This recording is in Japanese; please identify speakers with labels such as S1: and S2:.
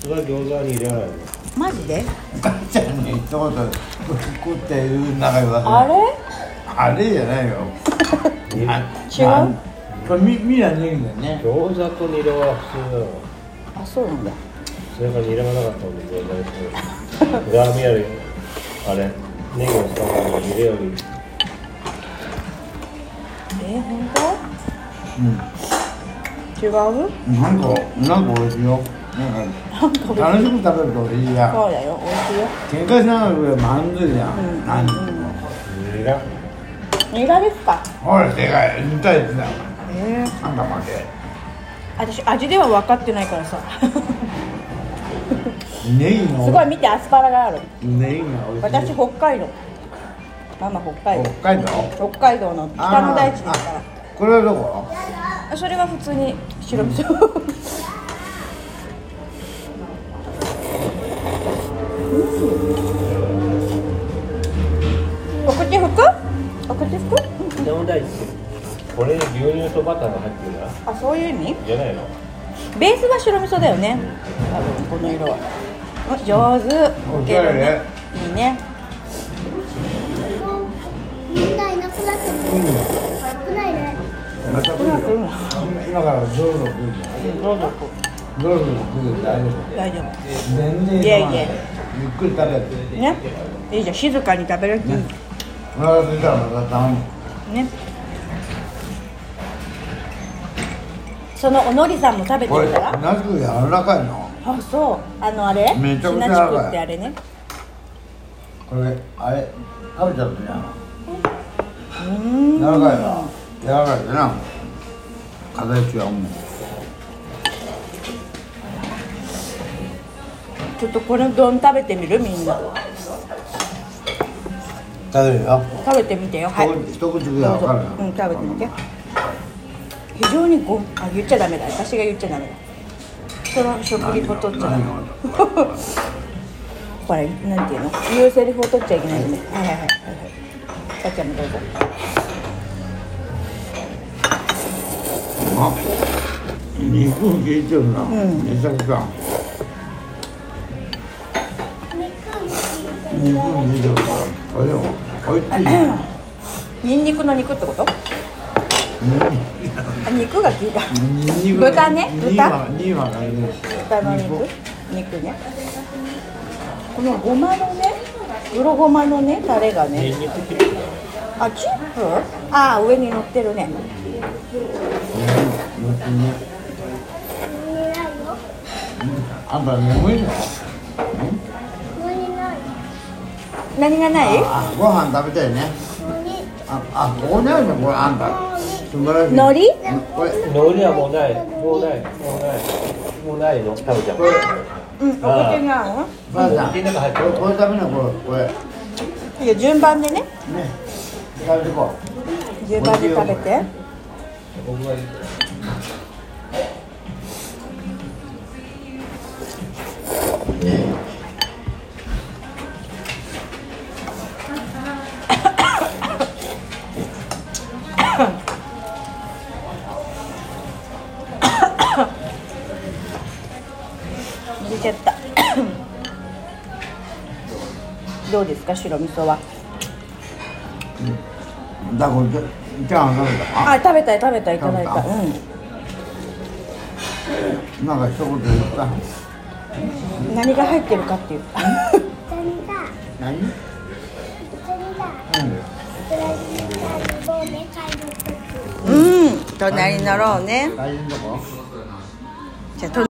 S1: それは餃子に入れないの
S2: マジで
S3: お母ちゃんに一言食ってる中で
S2: あ
S3: は
S2: れ
S3: あれじゃないよあ
S2: 違う
S3: あこれみみんなネギだね
S1: 餃子とニラは普通だよ
S2: あそうなんだ
S1: それからニラがなかったので餃子にするラーメンよりあれネギを使うのに入れより
S2: えー、本
S3: うん
S2: 当違う
S3: なんかなんか美味しいよなんか楽しく食べると美味しいや
S2: そうだよ美味しいよ
S3: 喧嘩しながら食えばまずいじゃん、
S2: うん
S3: 何
S2: う
S1: ニラ
S2: ニラですか
S3: ほらでかい見たいやつだ
S2: ええ
S3: あんた負け
S2: 私味では分かってないから さ
S3: ネギの
S2: すごい見てアスパラがある
S3: ネギが美味
S2: 私
S3: しい
S2: 北海道ママ北海道
S3: 北海道
S2: 北海道の北の大地ですか
S3: あこれはどこ
S2: らそれは普通に白味噌お口拭くお口拭く
S1: でも大事これに牛乳とバターが入ってるな
S2: あそういう意味
S1: じゃないの
S2: ベースは白味噌だよね多分この色はうん上手
S3: お
S2: い
S3: しゃ
S2: け
S3: れ
S2: るね
S3: ね
S2: いいね
S4: みんないなくなっちゃった。危ないね。
S3: また来るよ今からゾロゾロ来るよ
S2: どうぞ
S3: ゾロゾロ来るよ大丈夫
S2: 大丈夫
S3: 全然
S2: いやいや
S3: ゆっくり食べて
S2: ねいいじゃん静かに食べるっていい
S3: お腹空いたらまた頼む
S2: ねそのおのりさんも食べて
S3: これ
S2: るから
S3: なす柔らかいの
S2: あそうあのあれ
S3: めちゃくちゃ
S2: シナチ
S3: やばい
S2: クってあれね
S3: これあれ食べちゃったじゃん
S2: うーん
S3: 柔らかいな柔らかいでな形はもう
S2: ちょっとこれ丼食べてみるみんな
S3: 食べるよ
S2: 食べてみてよはい
S3: 一口ぐらい分かるよ
S2: うん、食べてみて。非常にご、あ、言っちゃダメだ。私が言っちゃダメだ。その食リポ取っちゃダメ。 ほら、なんていうの言うセリフを取っちゃいけないよね。はいはいはいはい。さっちゃんもどうぞ。
S3: あ肉効いてるな、めちゃくちゃ肉効いてるからあでもおいしい
S2: ニンニクの肉ってことあ肉が効いた。
S3: ニンニク
S2: 豚ね豚
S3: ニーマニーマがいる
S2: 豚の肉肉ね。このごまのね、黒ごまのね、タレがね。
S1: ニンニクチップだね
S2: あ、チップあー、上に乗ってるね。
S4: 見えないよ。
S3: あんた眠いの
S4: もう見えない。
S2: 何がない
S3: あご飯食べたいね
S4: もう見え
S3: ああここにあるのこれあんた素晴らしい
S2: 海苔
S3: これ
S1: 海苔はもうないもうないもうないもうないの食べちゃう
S2: うん、お口に合う
S3: ばあさんこ
S1: 口
S3: れ
S1: の中入ってる
S3: これ食べなこれこれ
S2: いや順番でね
S3: ね食べてこ
S2: 順番で食べて
S1: 僕は
S2: 入れちゃったどうですか白味噌は
S3: うだこれじゃあ食べた
S2: あ食べたい食べたいいただいた
S3: 食べあなんか一言言った
S2: うん何が入ってるかっていう
S4: たんだ。
S3: 何
S4: たんだ。ブラジルのボーで買い物してくる。
S2: うん隣になろうね
S3: 大変どこ
S2: じゃあ